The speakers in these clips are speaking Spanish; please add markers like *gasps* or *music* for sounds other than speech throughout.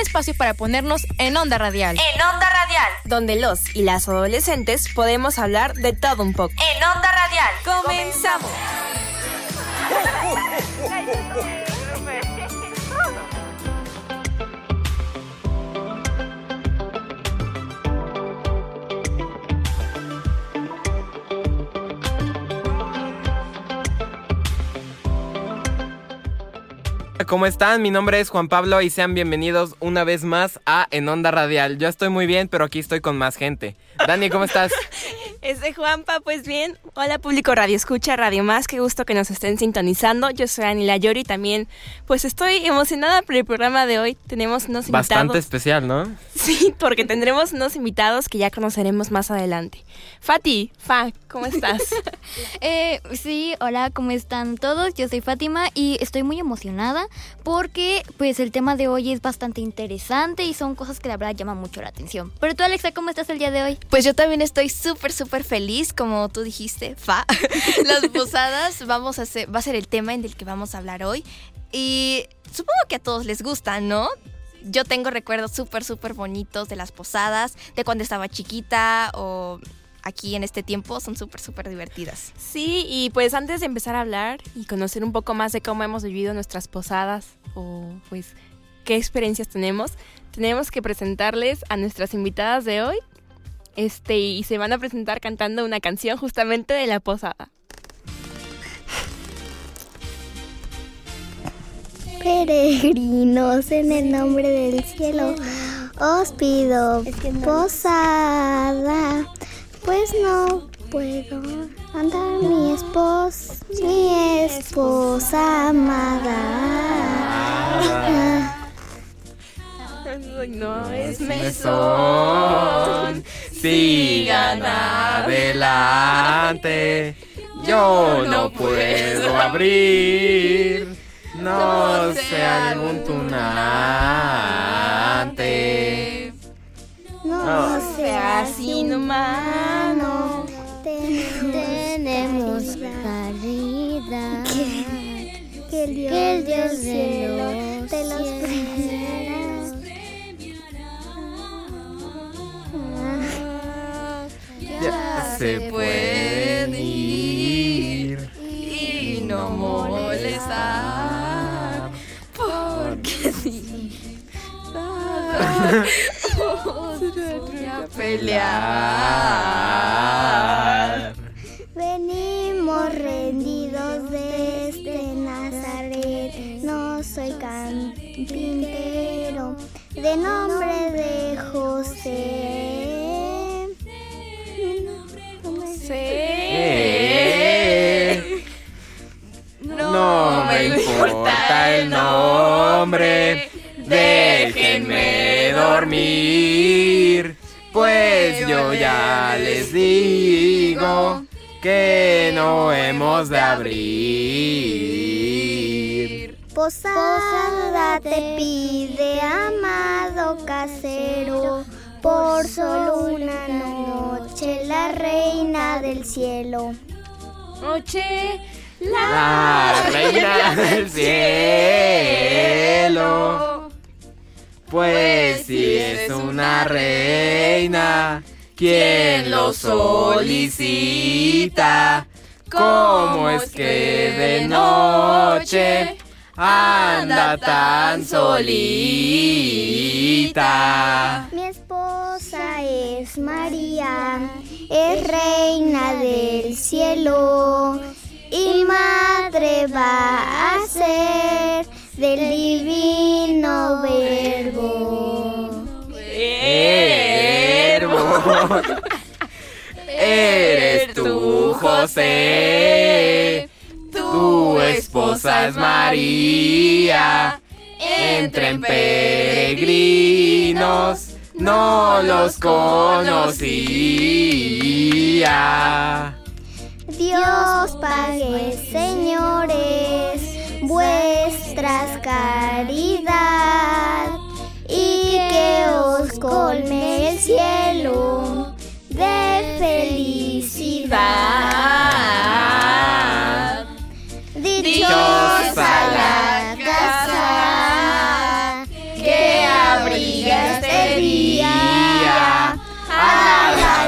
espacio para ponernos en onda radial. En Onda Radial. donde los y las adolescentes podemos hablar de todo un poco. En Onda Radial. ¡Comenzamos! ¿Cómo están? Mi nombre es Juan Pablo y sean bienvenidos una vez más a En Onda Radial. Yo estoy muy bien, pero aquí estoy con más gente. Dani, ¿cómo *laughs* estás? Es de Juanpa, pues bien. Hola público Radio Escucha, Radio Más, qué gusto que nos estén sintonizando. Yo soy Anila Yori y también pues estoy emocionada por el programa de hoy. Tenemos unos Bastante invitados. especial, ¿no? *laughs* Sí, porque tendremos unos invitados que ya conoceremos más adelante. Fati, Fa, ¿cómo estás? Eh, sí, hola, ¿cómo están todos? Yo soy Fátima y estoy muy emocionada porque pues el tema de hoy es bastante interesante y son cosas que la verdad llaman mucho la atención. Pero tú, Alexa, ¿cómo estás el día de hoy? Pues yo también estoy súper, súper feliz, como tú dijiste, fa. *laughs* Las posadas vamos a hacer, va a ser el tema en el que vamos a hablar hoy. Y supongo que a todos les gusta, ¿no? Yo tengo recuerdos súper, súper bonitos de las posadas, de cuando estaba chiquita o aquí en este tiempo. Son súper, súper divertidas. Sí, y pues antes de empezar a hablar y conocer un poco más de cómo hemos vivido nuestras posadas o pues qué experiencias tenemos, tenemos que presentarles a nuestras invitadas de hoy. Este, y se van a presentar cantando una canción justamente de la posada. Peregrinos, en el nombre del cielo, os pido posada, pues no puedo andar mi esposa, mi esposa amada. Ah, No es Mesón, sigan adelante. Yo no puedo abrir. No sean un tunante. No seas inhumano, tenemos caridad. Que, que el Dios, del cielo te los premiará. Ya se pueden ir. Y no molestar, porque si voy a pelear. Venimos rendidos desde Nazaret. No soy carpintero de nombre de José. Eh, No me importa el nombre. Déjenme dormir. Pues yo ya les digo que no hemos de abrir. Posada te pide, amado casero, por solo una noche, la reina del cielo. La reina del cielo. Pues si es una reina, quien lo solicita? ¿Cómo es que de noche anda tan solita? Mi esposa es María, es reina del cielo y madre va a ser del divino verbo. Eh. Verbo. Eres tú, José. Tu esposa es María. Entren peregrinos, no los conocía. Dios pague, señores, vuestras caridad y que os colme el cielo de felicidad. Dichosa la casa que este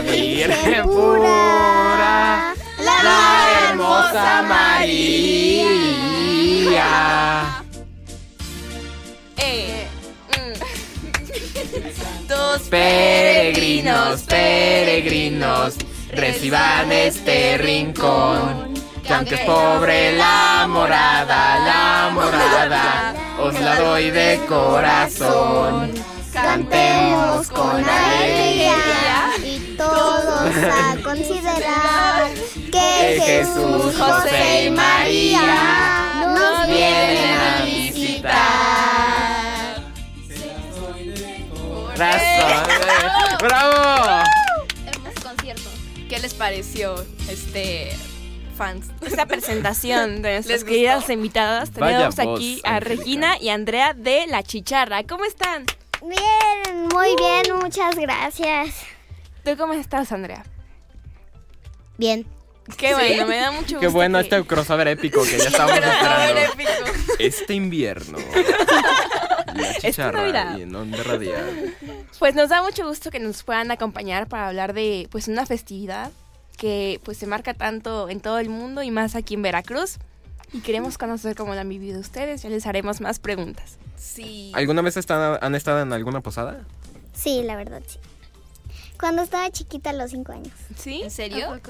Virgen pura, la hermosa María. Eh, mm. Dos Peregrinos, peregrinos, reciban este rincón. Que aunque es pobre la morada, la morada, os la doy de corazón. Cantemos con alegría y todos *laughs* a considerar que Que Jesús, José y María nos vienen a visitar. Corazón. ¡Bravo! ¿Qué les pareció, este fans? Esta presentación de nuestras ¿Les gustó? queridas invitadas Vaya tenemos voz, aquí a Angélica. Regina y Andrea de La Chicharra. ¿Cómo están? Bien, muy bien, muchas gracias. ¿Tú cómo estás, Andrea? Bien. Qué bueno, me da mucho gusto. Qué bueno que- este crossover épico que ya estábamos esperando. Este invierno. La Navidad. chicharra y en onda radial. Pues nos da mucho gusto que nos puedan acompañar para hablar de pues una festividad que pues se marca tanto en todo el mundo y más aquí en Veracruz. Y queremos conocer cómo la han vivido ustedes. Ya les haremos más preguntas. Sí. ¿Alguna vez están- han estado en alguna posada? Sí, la verdad, sí. Cuando estaba chiquita, a los cinco años. ¿Sí? ¿En serio?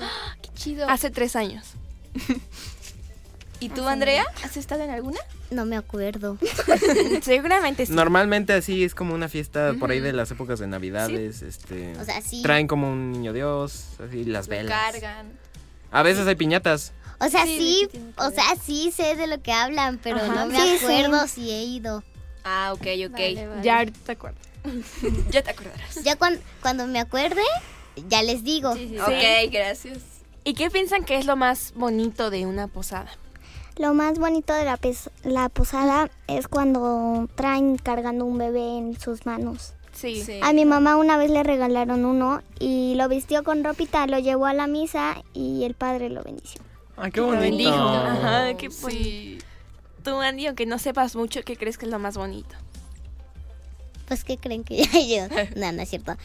Qué chido. Hace tres años. ¿Y tú, Andrea? ¿Has estado en alguna? No me acuerdo. *laughs* Seguramente sí. Normalmente así es como una fiesta por ahí de las épocas de Navidades. Este, O sea, sí. traen como un niño Dios, así las velas. Cargan. A veces hay piñatas. O sea, Sí, de sí, que tiene que o ver. sea, sí sé de lo que hablan, pero Ajá. no me Sí, sí. acuerdo si he ido. Ah, ok, ok. Ya ahorita te acuerdo. Ya te acordarás. Ya cuan- cuando me acuerde, ya les digo. Ok, gracias. ¿Y qué piensan que es lo más bonito de una posada? Lo más bonito de la, pes- la posada es cuando traen cargando un bebé en sus manos. Sí. A mi mamá una vez le regalaron uno y lo vistió con ropita, lo llevó a la misa y el padre lo bendició. Ah, qué bonito. bendijo. Ajá, qué Sí. Tú, Andy, aunque no sepas mucho, ¿qué crees que es lo más bonito? Pues, ¿qué creen que *laughs* yo? No, no es cierto.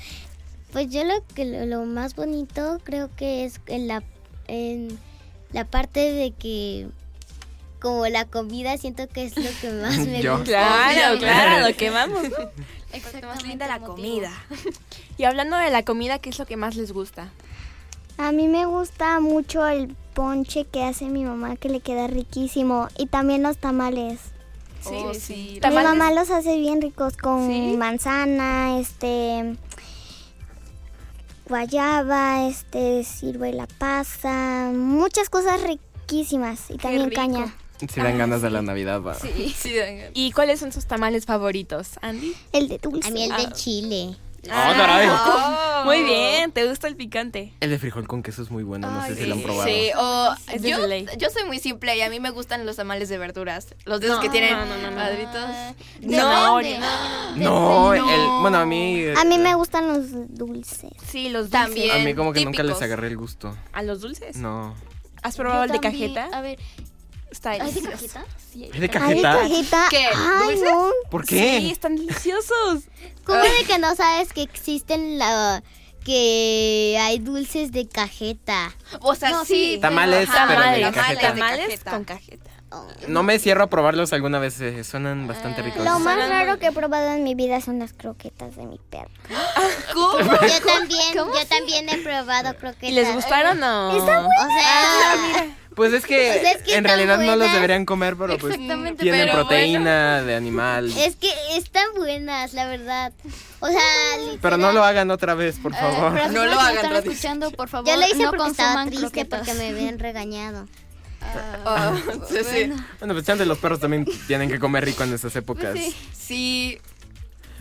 Pues yo lo que lo, lo más bonito creo que es en la, en la parte de que como la comida siento que es lo que más me Yo. gusta. Claro, claro, lo quemamos. Exactamente. Más linda la comida. Y hablando de la comida, ¿qué es lo que más les gusta? A mí me gusta mucho el ponche que hace mi mamá que le queda riquísimo y también los tamales. Sí, Oh, sí. sí. Mi Tamales. mamá los hace bien ricos con ¿Sí? manzana, este guayaba, este sirve la pasa, muchas cosas riquísimas y también rico. caña. Si dan ganas de la Navidad, va. Sí. Sí, venga. ¿Y cuáles son sus tamales favoritos, Andy? El de Ah. dulce. A mí el de chile. Ah, caray. Oh. Muy bien, ¿te gusta el picante? El de frijol con queso es muy bueno, no sé si lo han probado. Sí, o Es de yo, ley. yo soy muy simple y a mí me gustan los tamales de verduras. Los de esos que tienen no, no, no. cuadritos. No, Depende. No, Depende. el, bueno, a mí A mí me gustan los dulces. Sí, los dulces. También. a mí como que nunca les típicos. agarré el gusto. ¿A los dulces? No. ¿Has probado el de también- cajeta? Ah, A ver, Está ¿hay de delicioso. cajeta? ¿Es de A mí cajeta? cajeta. ¿Qué? Ay, ¿Dulces? no. ¿Por Sí, qué? están deliciosos. ¿Cómo de que no sabes que existen la que hay dulces de cajeta? O sea, No, sí. sí. pero- Tamales, ajá, Ah, pero de tamales, cajeta. tamales Tamales con cajeta. No me cierro a probarlos alguna vez, eh, Ah. suenan bastante ricos. Lo más raro que he probado en mi vida son las croquetas de mi perro. ¿Cómo? Yo también, yo también he probado croquetas. ¿Y les Ah, gustaron o no? O sea, Pues es que, Pues es que en están realidad no los buenas. deberían comer, pero pues tienen Exactamente, pero proteína de animal. es que están buenas, la verdad. O sea, Pero no lo hagan otra vez, Ah, por favor. Pero No si lo nos hagan, están Rodi. escuchando, por favor, yo lo hice no porque estaba consuman triste croquetas. porque me habían regañado. Ah, sí, sí. Bueno, pues antes los perros también tienen que comer rico en esas épocas. Sí.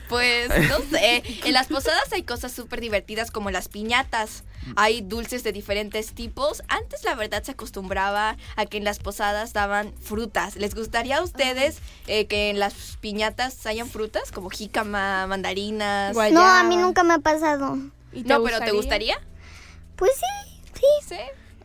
Pues no sé, en las posadas hay cosas súper divertidas como las piñatas, hay dulces de diferentes tipos. Antes la verdad se acostumbraba a que en las posadas daban frutas. ¿Les gustaría a ustedes eh, que en las piñatas hayan frutas como jícama, mandarinas? Guay- No, Guayaba. a mí nunca me ha pasado. ¿Y No, pero ¿te gustaría? Pues sí, Sí.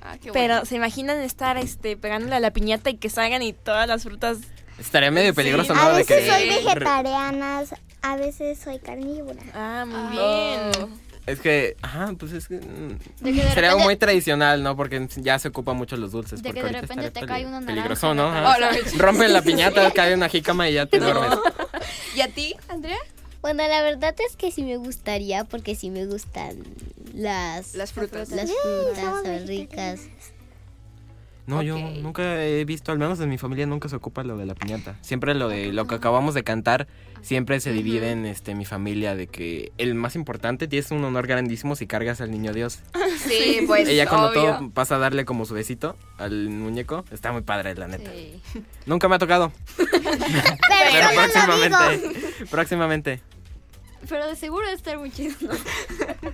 Ah, qué bueno. Pero se imaginan estar este pegándole a la piñata y que salgan y todas las frutas. Estaría medio peligroso, a ¿no? De veces que- soy vegetariana, a veces soy carnívora. Ah, muy Oh. bien. Es que, ajá, pues es que mm, De que de sería algo repente- muy tradicional, ¿no? Porque ya se ocupan mucho los dulces. De porque que de ahorita está repente te peli- cae una naranja Peligroso, en la ¿no? Ajá. cabeza. Rompen la piñata, cae una jícama y ya *laughs* te duermes. ¿Y a ti, Andrea? Bueno, la verdad es que sí me gustaría porque sí me gustan las Las frutas. las frutas son ricas. No, yo nunca he visto, al menos en mi familia nunca se ocupa lo de la piñata. Siempre lo de lo que acabamos de cantar, siempre se divide en este mi familia de que el más importante tienes un honor grandísimo si cargas al niño Dios. Sí, pues. Ella cuando obvio. todo pasa a darle como su besito al muñeco, está muy padre la neta. Sí. Nunca me ha *laughs* tocado. Pero próximamente. Próximamente. Pero de seguro debe estar muy chido. ¿no?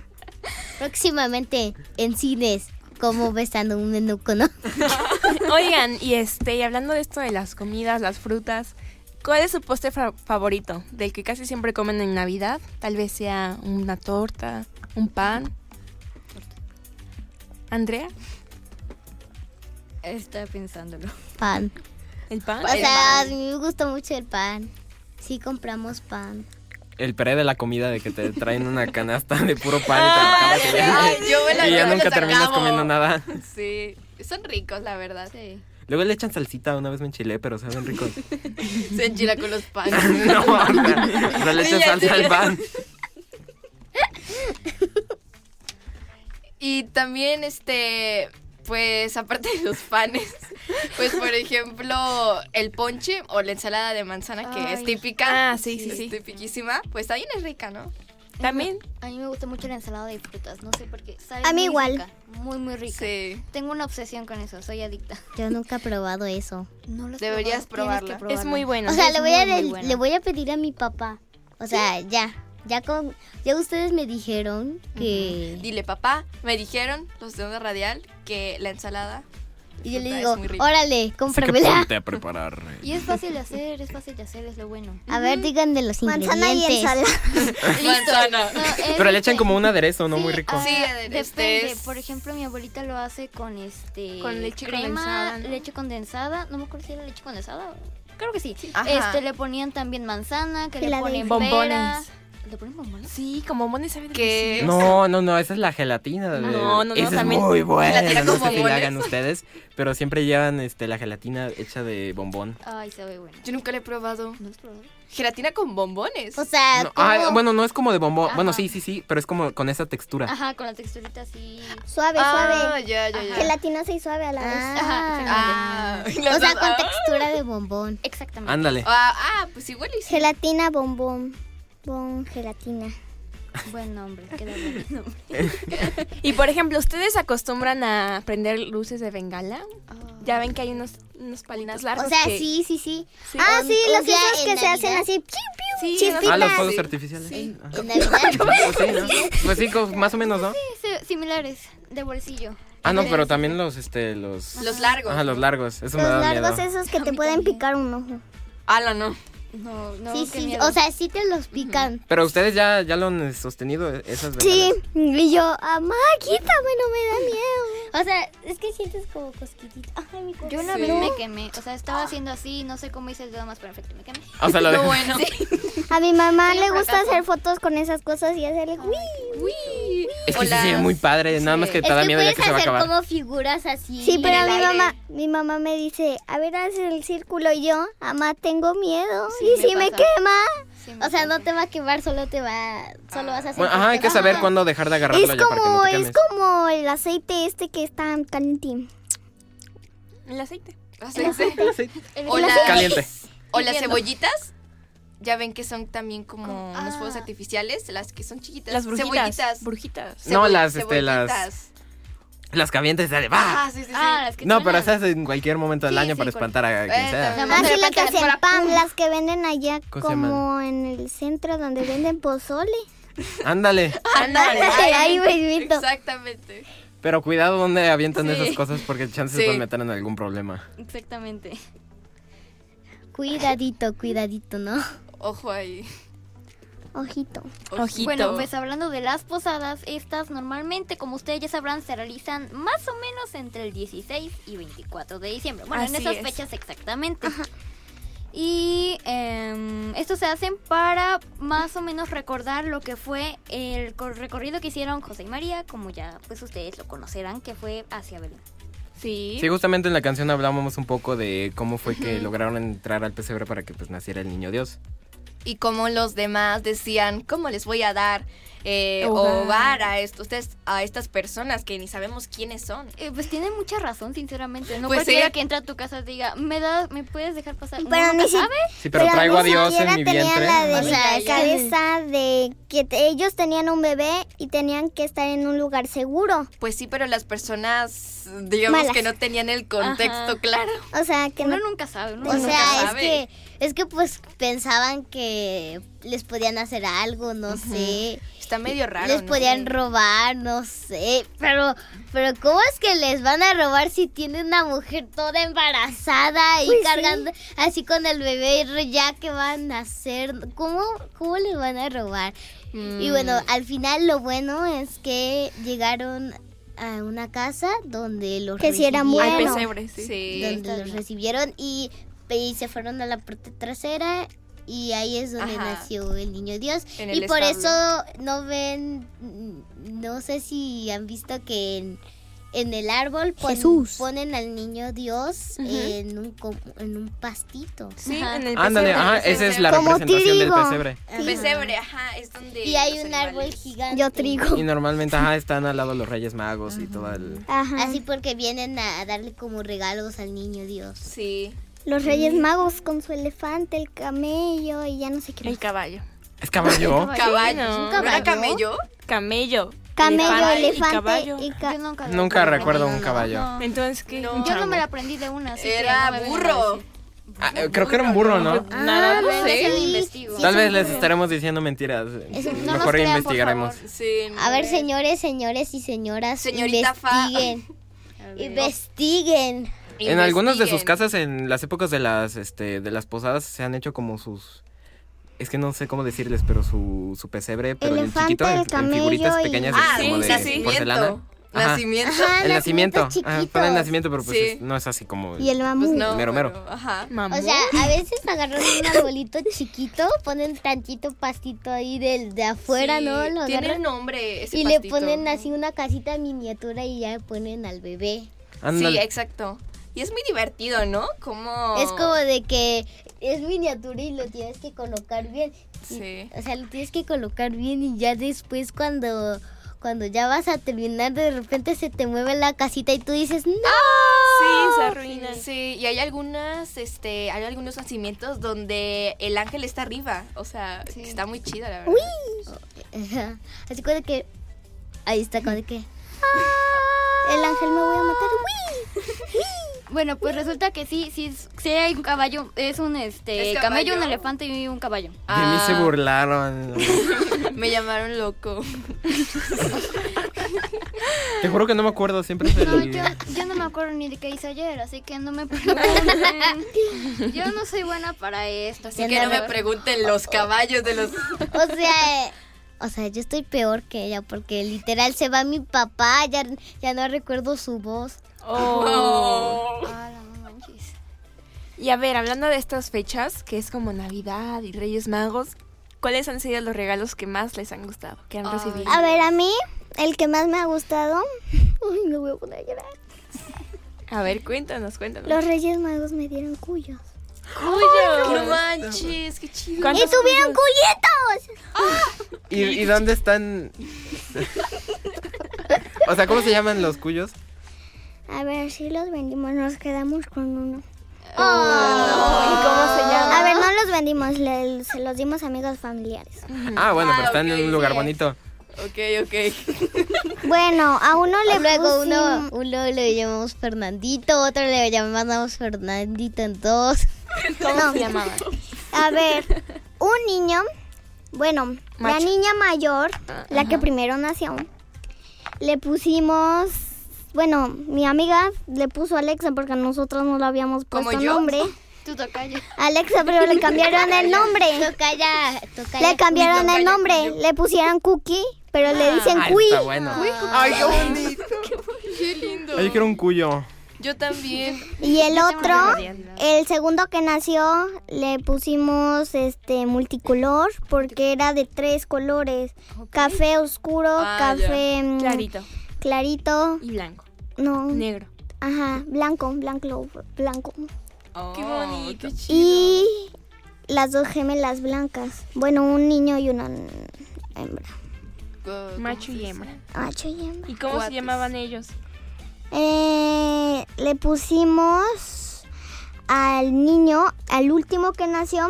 Próximamente en cines como besando un menuco, ¿no? *laughs* Oigan, y este, y hablando de esto de las comidas, las frutas, ¿cuál es su postre fa- favorito? Del que casi siempre comen en Navidad, tal vez sea una torta, un pan. Andrea, Está pensándolo. *laughs* Pan. el pan. O sea, a mí me gusta mucho el pan. Sí compramos pan. El pre de la comida de que te traen una canasta de puro pan Ay, y te lo acabas ay, y ya- yo me la- y ya yo me nunca los terminas acabo. comiendo nada. Sí, son ricos, la verdad. Luego le echan salsita, una vez me enchilé, pero saben *laughs* ricos. Se enchila con los panes. *laughs* no, o sea, o sea, le echan Sí, ya salsa sé. al pan. Y también, este, pues aparte de los panes, pues por ejemplo, el ponche o la ensalada de manzana que es Ay. típica. Ah, sí, sí, es sí. Tipiquísima. Pues también es rica, ¿no? También A mí me gusta mucho la ensalada de frutas, no sé por qué. Sabe A mí muy igual. rica, muy, muy rica. Sí. Tengo una obsesión con eso, soy adicta. Yo nunca he probado eso. No lo has Deberías probado, tienes que probarla. es muy bueno. O sea, es le voy, a muy, muy del- buena. le voy a pedir a mi papá. O sea, ya. Ya con ya ustedes me dijeron que Dile, papá, me dijeron los de onda radial que la ensalada. y yo le fruta es digo, muy rica. "Órale, Así que cómpramela." ponte a preparar. eh. Y es fácil de hacer, es fácil de hacer, es lo bueno. A ver, digan de los Manzana y ingredientes. ensalada. *laughs* Manzana. No, es *laughs* Pero le echan diferente. como un aderezo, ¿no? Muy rico. ah, Sí, este depende. es- Por ejemplo, mi abuelita lo hace con este Con leche crema, condensada, ¿no? leche condensada, no me acuerdo si era leche condensada. Creo que sí. Ajá. Este le ponían también manzana, que le Filadelfia. ponen Bombones. pera. ¿Le ponen bombones? Sí, como mones sabe Que- delicioso. No, no, no, esa es la gelatina. de- No, no, no, Esa es también- muy buena. Gelatina No con sé si la bombones. hagan ustedes, pero siempre llevan este, la gelatina hecha de bombón. Ay, se ve bueno. Yo nunca la he probado. ¿No has probado? Gelatina con bombones. *laughs* O sea, No, ah, ¿cómo? bueno, no es como de bombón. Ajá. Bueno, sí, sí, sí, pero es como con esa textura. Ajá, con la texturita así. Suave, ah, suave. ya, ya, ya. Gelatinosa y suave a la vez. Ajá, Ah, o sea, con textura de bombón. Exactamente. Ándale. Ah, ah, pues igual y sí. Gelatina bombón. Bon gelatina. Buen nombre, queda bien. Y por ejemplo, ¿ustedes acostumbran a prender luces de bengala? Ya ven que hay unos, unos palitos largos. Ah. O sea, que- sí, sí, sí. Sí. Ah, Un- sí, un los día esos en que se hacen Navidad. así. piu, piu, Sí, Ah, los chispitas. *laughs* fuegos Sí. artificiales. Ajá. En Navidad. Pues sí, ¿no? Pues sí, como- más o menos, ¿no? Sí, Similares, de bolsillo. Ah, no, pero también los, este, los... Los largos. Ajá, los largos. Eso me Los da largos miedo. esos que te pueden picar un ojo. Ala, no. No, no, Sí, Oh, qué sí, miedo. o sea, sí te los pican. Pero ustedes ya, ya lo han este, sostenido, esas Sí, bengalas. *laughs* y yo, mamá, quítame, no me da miedo. O sea, es que sientes como cosquillita. Ay, mi Yo una Sí. vez me quemé, o sea, estaba haciendo así, no sé cómo hice el dedo más perfecto, me quemé. O sea, lo *laughs* de... bueno. A mi mamá Sí, le un gusta fracaso. hacer fotos con esas cosas y hacerle uy. Uy. Es que sí Hola. se ve muy padre, nada más que te da es que miedo ya puedes que se va a hacer acabar. como figuras así. Sí, pero en el mi aire. mamá, mi mamá me dice, a ver, haz el círculo y yo, mamá, tengo miedo. Sí, y me si me pasa. quema, Sí, me O sea, no acuerdo. te va a quemar, solo te va, solo vas a hacer. Bueno, ajá, hay que saber cuándo dejar de agarrarlo es ya para que no como, te es quemes. como el aceite este que está caliente. El aceite. Aceite. El- O las, Caliente. o las Hirviendo. cebollitas. Ya ven que son también como Ah. unos fuegos artificiales, las que son chiquitas. Las brujitas. Cebollitas. Brujitas. No, Cebo- las, este, las- cebollitas. Las calientes, dale, Ah, va. sí, sí, sí. Ah, las que No, pero truenan. esas en cualquier momento del Sí, año sí, para cual- espantar a quien Eh, sea. también. Más Ah, de sí, las repente que les hacen fuera, pan, las que venden allá ¿Cómo se como en el centro donde venden pozole. Ándale. Ah, *laughs* Ándale. Ahí mismito. Exactamente. Pero cuidado donde avientan Sí. esas cosas porque chances Sí. van a meter en algún problema. Exactamente. Cuidadito, cuidadito, ¿no? Ojo ahí. Ojito. Ojito. Bueno, pues hablando de las posadas, estas normalmente, como ustedes ya sabrán, se realizan más o menos entre el 16 y 24 de diciembre. Bueno, en Así esas es. fechas exactamente. Y em, estos se hacen para más o menos recordar lo que fue el cor- recorrido que hicieron José y María, como ya pues ustedes lo conocerán, que fue hacia Belén. Sí. Sí, justamente en la canción hablábamos un poco de cómo fue que lograron entrar al pesebre para que pues naciera el niño Dios. y como los demás decían, ¿cómo les voy a dar eh, Hogar. hogar, a, est- ustedes, a estas personas que ni sabemos quiénes son? Eh, pues tiene mucha razón, sinceramente. No Pues cualquiera sí. que entra a tu casa diga, ¿me, da, ¿me puedes dejar pasar? Uno Pero nunca ni si- sabe. Sí, pero, traigo ni a Dios siquiera en mi tenían vientre. La de O sea, la ya- cabeza de que te- ellos tenían un bebé y tenían que estar en un lugar seguro. Pues sí, pero las personas, digamos Malas. que no tenían el contexto Ajá. claro. O sea, que no Uno nunca sabe. uno O nunca sea, es sabe. que, es que pues pensaban que les podían hacer algo, no sé. Está medio raro. les ¿no? podían robar, no sé. Pero, pero ¿cómo es que les van a robar si tiene una mujer toda embarazada y Pues cargando así con el bebé re- ya que van a hacer? ¿Cómo, cómo les van a robar? Mm. Y bueno, al final lo bueno es que llegaron a una casa donde los Que sí eran recibieron buenos. Al Bueno. pesebre, sí. Sí. donde los recibieron y, y se fueron a la parte trasera y ahí es donde Ajá. nació el niño Dios En y el por establo. eso no ven mm, no sé si han visto que en, en el árbol pon- Jesús. ponen al niño Dios en un co- en un pastito Sí, en el Ándale, pesebre, ajá, sí, esa sí. es la Como representación del trigo. pesebre. Pesebre, Pues ajá, es donde... y hay los un árbol animales- gigante yo trigo. Y normalmente ajá, están al lado los Reyes Magos y todo el... Ajá. así porque vienen a darle como regalos al niño Dios Sí. Los Reyes Magos con su elefante, el camello y ya no sé qué. El más. caballo. Es caballo. Caballo. ¿Es un ¿No era caballo? camello? Camello. Camello, y elefante caballo. y, sabe. ca- Yo nunca, lo Nunca aprendí. recuerdo un caballo. No. Entonces, ¿qué? No. Un Yo no me chango. la aprendí de una. así que Era no me vengan a burro. Ah, decir. Ah, eh, creo que era un burro, ¿no? Nada, no Luego se sé. lo investigo. Tal vez les estaremos diciendo mentiras. no nos Mejor crean, por investigaremos. favor. Sí. no a ver era. señores señores y señoras Señorita Fa. investiguen *laughs* investiguen En algunas de sus Investiguen. casas, en las épocas de las, este, de las posadas, se han hecho como sus... Es que no sé cómo decirles, pero su, su pesebre, pero en Elefante, chiquito, el en, en camello figuritas y- pequeñas Ah, como sí, de nacimiento. porcelana. Ajá. Nacimiento. Ajá, El nacimiento. nacimientos Ah, chiquitos. para el nacimiento, pero pues Sí. es- no es así como... y el mamú. Pues no, Mero, mero. pero, Ajá. Mamut. O sea, a veces agarran un arbolito chiquito, ponen tantito pastito ahí del de afuera, Sí, ¿no? Lo Tiene agarran nombre ese y le pastito. ponen así una casita miniatura y ya ponen al bebé. Ándale. Sí, exacto. Y es muy divertido, ¿no? Como... Es como de que es miniatura y lo tienes que colocar bien. Y- Sí. O sea, lo tienes que colocar bien y ya después cuando cuando ya vas a terminar de repente se te mueve la casita y tú dices, "No." sí, se arruinan. Sí, y hay algunas, este, hay algunos nacimientos donde el ángel está arriba, o sea, que está muy chida la verdad. Ajá. Así como de que ahí está como de que "Ah, El ángel me voy a matar. Bueno, pues resulta que sí, sí, es- sí hay un caballo, es un este ¿Es camello, un caballo? elefante y un caballo. De mí se Ah. burlaron. Me *laughs* llamaron loco. Te juro que no me acuerdo, siempre se No, lo yo, yo no me acuerdo ni de qué hice ayer, así que no me *laughs* pregunten. Yo no soy buena para esto, así Así que no me pregunten los caballos de los... *laughs* O sea, eh, o sea, yo estoy peor que ella porque literal se va mi papá, ya, ya no recuerdo su voz. Oh. Ala, no manches. Y a ver, hablando de estas fechas, que es como Navidad y Reyes Magos, ¿cuáles han sido los regalos que más les han gustado, que han Ay. recibido? A ver, a mí, el que más me ha gustado. Uy, me voy a poner a llorar. A ver, cuéntanos, cuéntanos. Los Reyes Magos me dieron cuyos. No manches, qué chido. ¡Y tuvieron cuyitos! ¿Y, y dónde están? *laughs* o sea, ¿cómo se llaman los cuyos? A ver, si los vendimos, nos quedamos con uno. ¿Y cómo se llama? A ver, no los vendimos, le- se los dimos a amigos familiares. Ah, bueno, Ah, pero están ok, en un lugar sí. bonito. Ok, ok. Bueno, a uno le Luego uno, pusimos- uno le llamamos Fernandito, otro le llamamos Fernandito en dos. ¿Cómo se llamaba? A ver, un niño, bueno, la Macho. niña mayor, la que primero nació, le pusimos, bueno, mi amiga le puso Alexa porque nosotros no le habíamos ¿Como puesto yo? nombre. Tú tocayo. Alexa, pero le cambiaron el nombre. Tocaya, tocaya. Le cambiaron el nombre, le pusieron Cookie, pero le dicen Ah, Cui. está bueno. Ay, qué bonito. Qué lindo. Ay, yo quiero un cuyo. Yo también. Y el Yo tengo otro, una radial. el segundo que nació, le pusimos este multicolor porque era de tres colores. Café oscuro, Ah, café mm, Clarito clarito, y blanco. no, Negro. ajá, blanco, blanco, blanco. Oh, Qué bonito. Y las dos gemelas blancas. Bueno, un niño y una hembra. Oh, Macho ¿cómo se y dice? hembra. Macho y hembra. ¿Y cómo se Cuates. llamaban ellos? Eh, le pusimos al niño, al último que nació,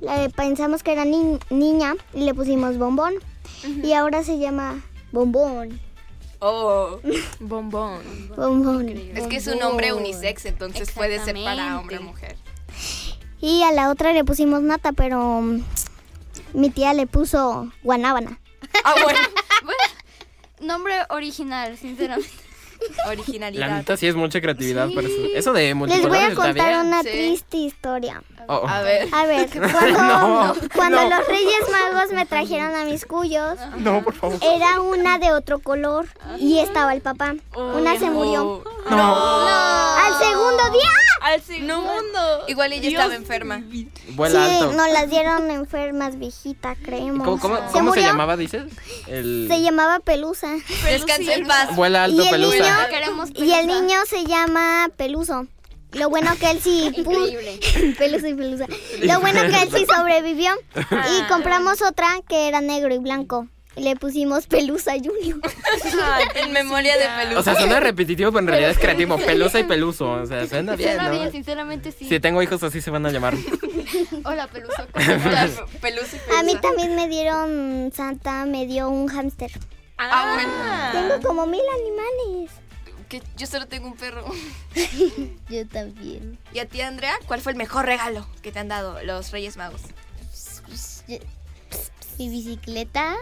le pensamos que era ni- niña y le pusimos bombón. Y ahora se llama bombón. Oh, Bombón. Bombón. es que es un nombre unisex, entonces puede ser para hombre o mujer. Y a la otra le pusimos nata, pero mm, mi tía le puso guanábana. Ah, bueno. Nombre original, sinceramente. *laughs* *laughs* Originalidad. La neta sí es mucha creatividad para eso. Eso de Les voy multicolores a está contar bien. una sí. triste historia. Oh, oh. A ver. A ver, *laughs* cuando, No, cuando no. los Reyes Magos me trajeron a mis cuyos, No, por favor. era una de otro color y estaba el papá. Una se murió. Ah. No. Al segundo día, ¡ah! Al segundo. Igual ella estaba enferma. Vuela sí, alto. nos las dieron enfermas, viejita, ¿Y creemos. ¿Cómo, cómo- se cómo se, murió, llamaba, dices? El... se *laughs* llamaba Pelusa. Descansa en paz. Vuela alto, Y el pelusa. niño- Queremos Y el pelusa. niño se llama Peluso. Lo bueno que él *laughs* sí puso. *laughs* Peluso y Pelusa. Lo bueno que él sí sobrevivió. Ah. Y compramos otra que era negro y blanco. Y Le pusimos Pelusa Junior. *laughs* En memoria de pelusa. O sea, suena repetitivo, pero en realidad es creativo. Pelusa y peluso. O sea, suena bien, Suena ¿no? bien, sinceramente sí. Si tengo hijos así se van a llamar. Hola, *laughs* pelusa. Claro, pelusa Ah, y pelusa. A mí también me dieron Santa, me dio un hámster. Ah, bueno. Tengo como mil animales. Que yo solo tengo un perro. Yo también. ¿Y a ti, Andrea? ¿Cuál fue el mejor regalo que te han dado los Reyes Magos? Mi bicicleta,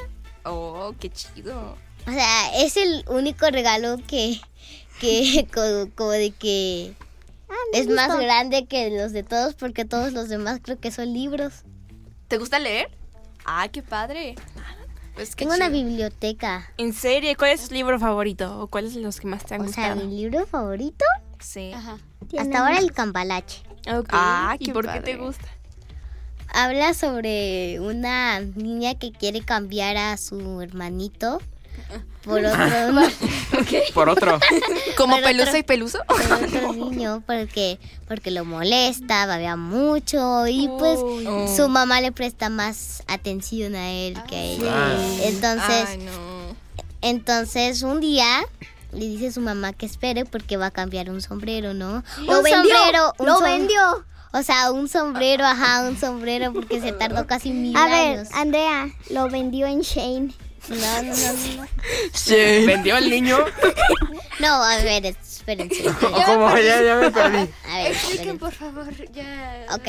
Oh, qué chido. o sea, es el único regalo que, que *laughs* co- como, de que es más grande que los de todos, porque todos los demás creo que son libros. ¿Te gusta leer? Ah, qué padre. Pues qué Tengo una chido. biblioteca. En serio, ¿cuál es tu libro favorito? ¿O cuáles son los que más te han O sea, gustado? mi libro favorito, Sí. hasta ahora el cambalache. Ok. Ah, ¿Y qué por qué padre. te gusta? Habla sobre una niña que quiere cambiar a su hermanito por otro, *laughs* Por otro. ¿Como Pero pelusa otra- *laughs* y peluso? por *laughs* otro niño porque, porque lo molesta, babea mucho y pues Uy. su mamá le presta más atención a él que a ella. Ah. Entonces, Ay, no. entonces un día le dice a su mamá que espere porque va a cambiar un sombrero, *gasps* ¿no? Lo un vendió, sombrero, un lo som- vendió. O sea, un sombrero, ajá, un sombrero porque se tardó casi mil A ver, años. Andrea, lo vendió en Shane. No, no, no, no, no. ¿Vendió al niño? No, a ver, *laughs* espérense. ¿O cómo? Ya, ya me perdí. A ver, espérense. por favor, ya. Ok.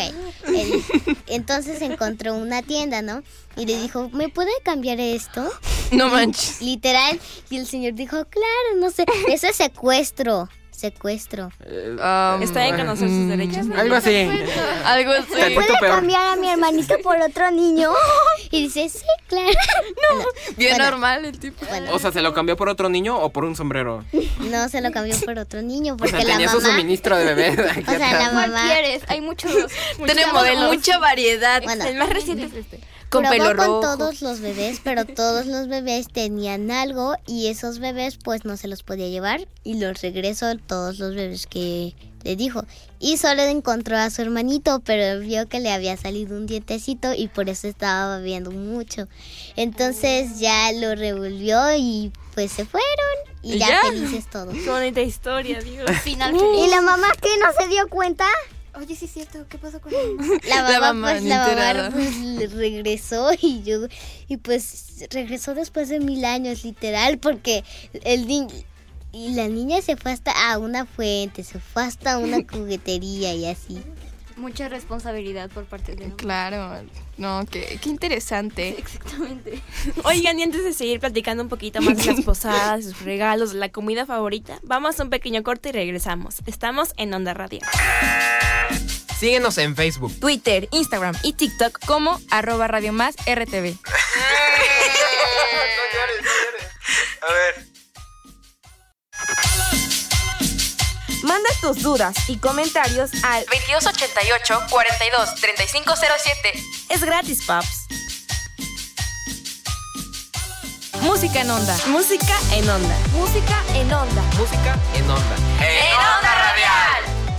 el- entonces encontró una tienda, ¿no? Y le dijo, ¿me puede cambiar esto? No manches. Literal. Y el señor dijo, claro, no sé. Eso es secuestro. Secuestro. Eh, Está bien conocer sus derechos. Algo así. Algo así. Tantito peor. Cambiar a mi hermanito por otro niño. Y dice, sí, claro. Bien Bueno. normal el tipo. O sea, ¿se lo cambió por otro niño o por un sombrero? No, se lo cambió por otro niño O porque sea, la tenía mamá... su suministro de bebé. *laughs* O sea, la ¿Cuál mamá quieres? Hay muchos. Tenemos de mucha variedad. Bueno. El más reciente es este. Con probó pelo con rojo. todos los bebés, pero todos los bebés tenían algo y esos bebés pues no se los podía llevar y los regresó todos los bebés que le dijo. Y solo encontró a su hermanito, pero vio que le había salido un dientecito y por eso estaba bebiendo mucho. Entonces ya lo revolvió y pues se fueron y ¿Y ya, ya? felices todos. Qué bonita historia, Dios. Final Y la mamá que no se dio cuenta. Oye, sí es cierto. ¿Qué pasó con él? *laughs* La mamá, La mamá pues ni la mamá enterada. pues, le regresó y yo y pues regresó después de mil años literal porque el niño y la niña se fue hasta a una fuente, se fue hasta *laughs* una juguetería y así. Mucha responsabilidad por parte *laughs* de nosotros. Claro. No, qué, qué interesante. Exactamente. Oigan, y antes de seguir platicando un poquito más de las posadas, sus regalos, de la comida favorita, vamos a un pequeño corte y regresamos. Estamos en Onda Radial. Síguenos en Facebook. Twitter, Instagram y TikTok como arroba radio más RTV. A ver. Manda tus dudas y comentarios al 2288 42 3507. Es gratis, Paps. Música en onda. Música en onda. Música en onda. Música en onda. En onda radial.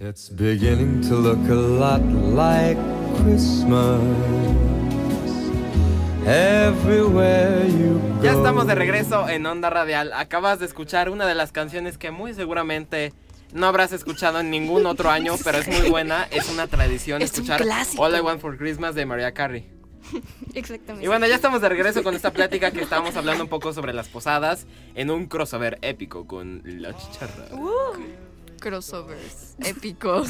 It's beginning to look a lot like Christmas. Everywhere you go. Ya estamos de regreso en Onda Radial. Acabas de escuchar una de las canciones que muy seguramente no habrás escuchado en ningún otro año, pero es muy buena. Es una tradición Es un escuchar clásico. All I Want for Christmas de Mariah Carey. Exactamente. Y bueno, ya estamos de regreso con esta plática que estábamos hablando un poco sobre las posadas en un crossover épico con la chicharra. Crossovers épicos.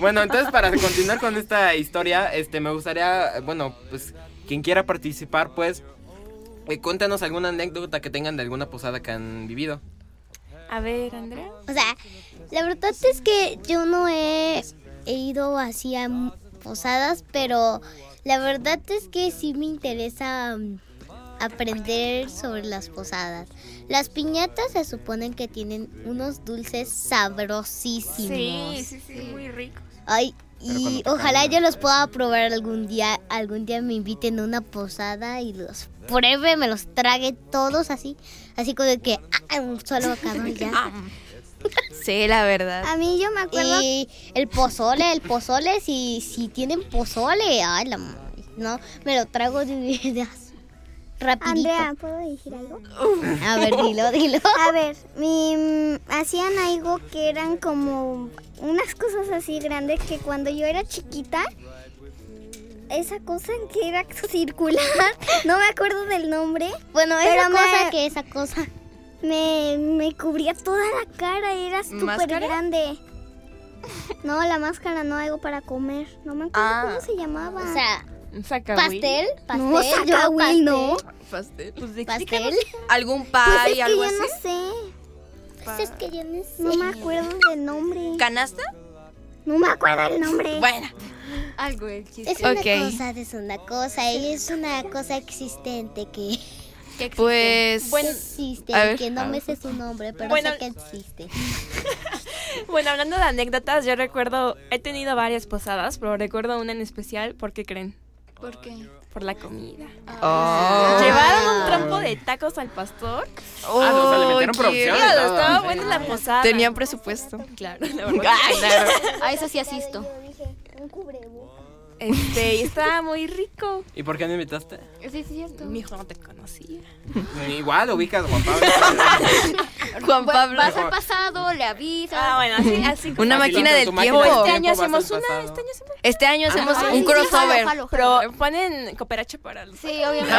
Bueno, entonces para continuar con esta historia, este me gustaría, eh, bueno, pues quien quiera participar, pues eh, cuéntanos alguna anécdota que tengan de alguna posada que han vivido. A ver, Andrea. O sea, la verdad es que yo no he, he ido así a m- posadas, pero la verdad es que sí me interesa mm, aprender sobre las posadas. Las piñatas se suponen que tienen unos dulces sabrosísimos. Sí, sí, sí, muy rico. Ay, y ojalá yo los pueda probar algún día. Algún día me inviten a una posada y los pruebe, me los trague todos así. Así como que ah, un *laughs* solo bocado y ya. Sí, la verdad. A mí yo me acuerdo. Y el pozole, el pozole, si, si tienen pozole, ay, la ma- no, me lo trago de ideas. Rapidito. Andrea, ¿puedo decir algo? A ver, dilo, dilo. *laughs* A ver, mi, mm, hacían algo que eran como unas cosas así grandes que cuando yo era chiquita, esa cosa que era *laughs* circular, no me acuerdo del nombre, Bueno, esa Pero me- cosa que esa cosa. me, me cubría toda la cara, era súper ¿Máscara? grande. No, la máscara no, algo para comer. No me acuerdo Ah. cómo se llamaba. O sea, Un sacahuil. pastel, pastel. no, yo Zacahuil, no. Pastel. Pues de- Pastel. ¿Algún Pues pie, es que algo yo así? no sé. Pues es que yo no sé. No me acuerdo del nombre. ¿Canasta? No me acuerdo el nombre. Bueno, Algo del chiste. Es una Ok. cosa, es una cosa, y es una cosa existente que pues. Bueno, existe, A ver. que no me sé su nombre, pero sé que existe. Bueno, hablando de anécdotas, yo recuerdo, he tenido varias posadas, pero recuerdo una en especial, ¿por qué creen? ¿Por qué? Por la comida. Oh. Ah. Llevaron un trompo de tacos al pastor. Ah, o sea, le metieron Oh, producción y Claro, todo. estaba buena la posada. Tenían presupuesto. Claro, la verdad. claro. A Ah, eso sí asisto. Este, y estaba muy rico. ¿Y por qué no invitaste? Sí, sí, cierto. Mi hijo no te conocía. Igual ubicas a Juan *laughs* Pablo. Juan Pablo. Vas al pasado, le avisas. Ah, bueno, así, así como- Una máquina del Tu tiempo. máquina del Este año tiempo, vas hacemos al una, pasado. este año hacemos Este año hacemos Ah, un sí, sí, jalo, crossover. jalo, jalo. Pero ponen cooperacha para los... Sí, obviamente.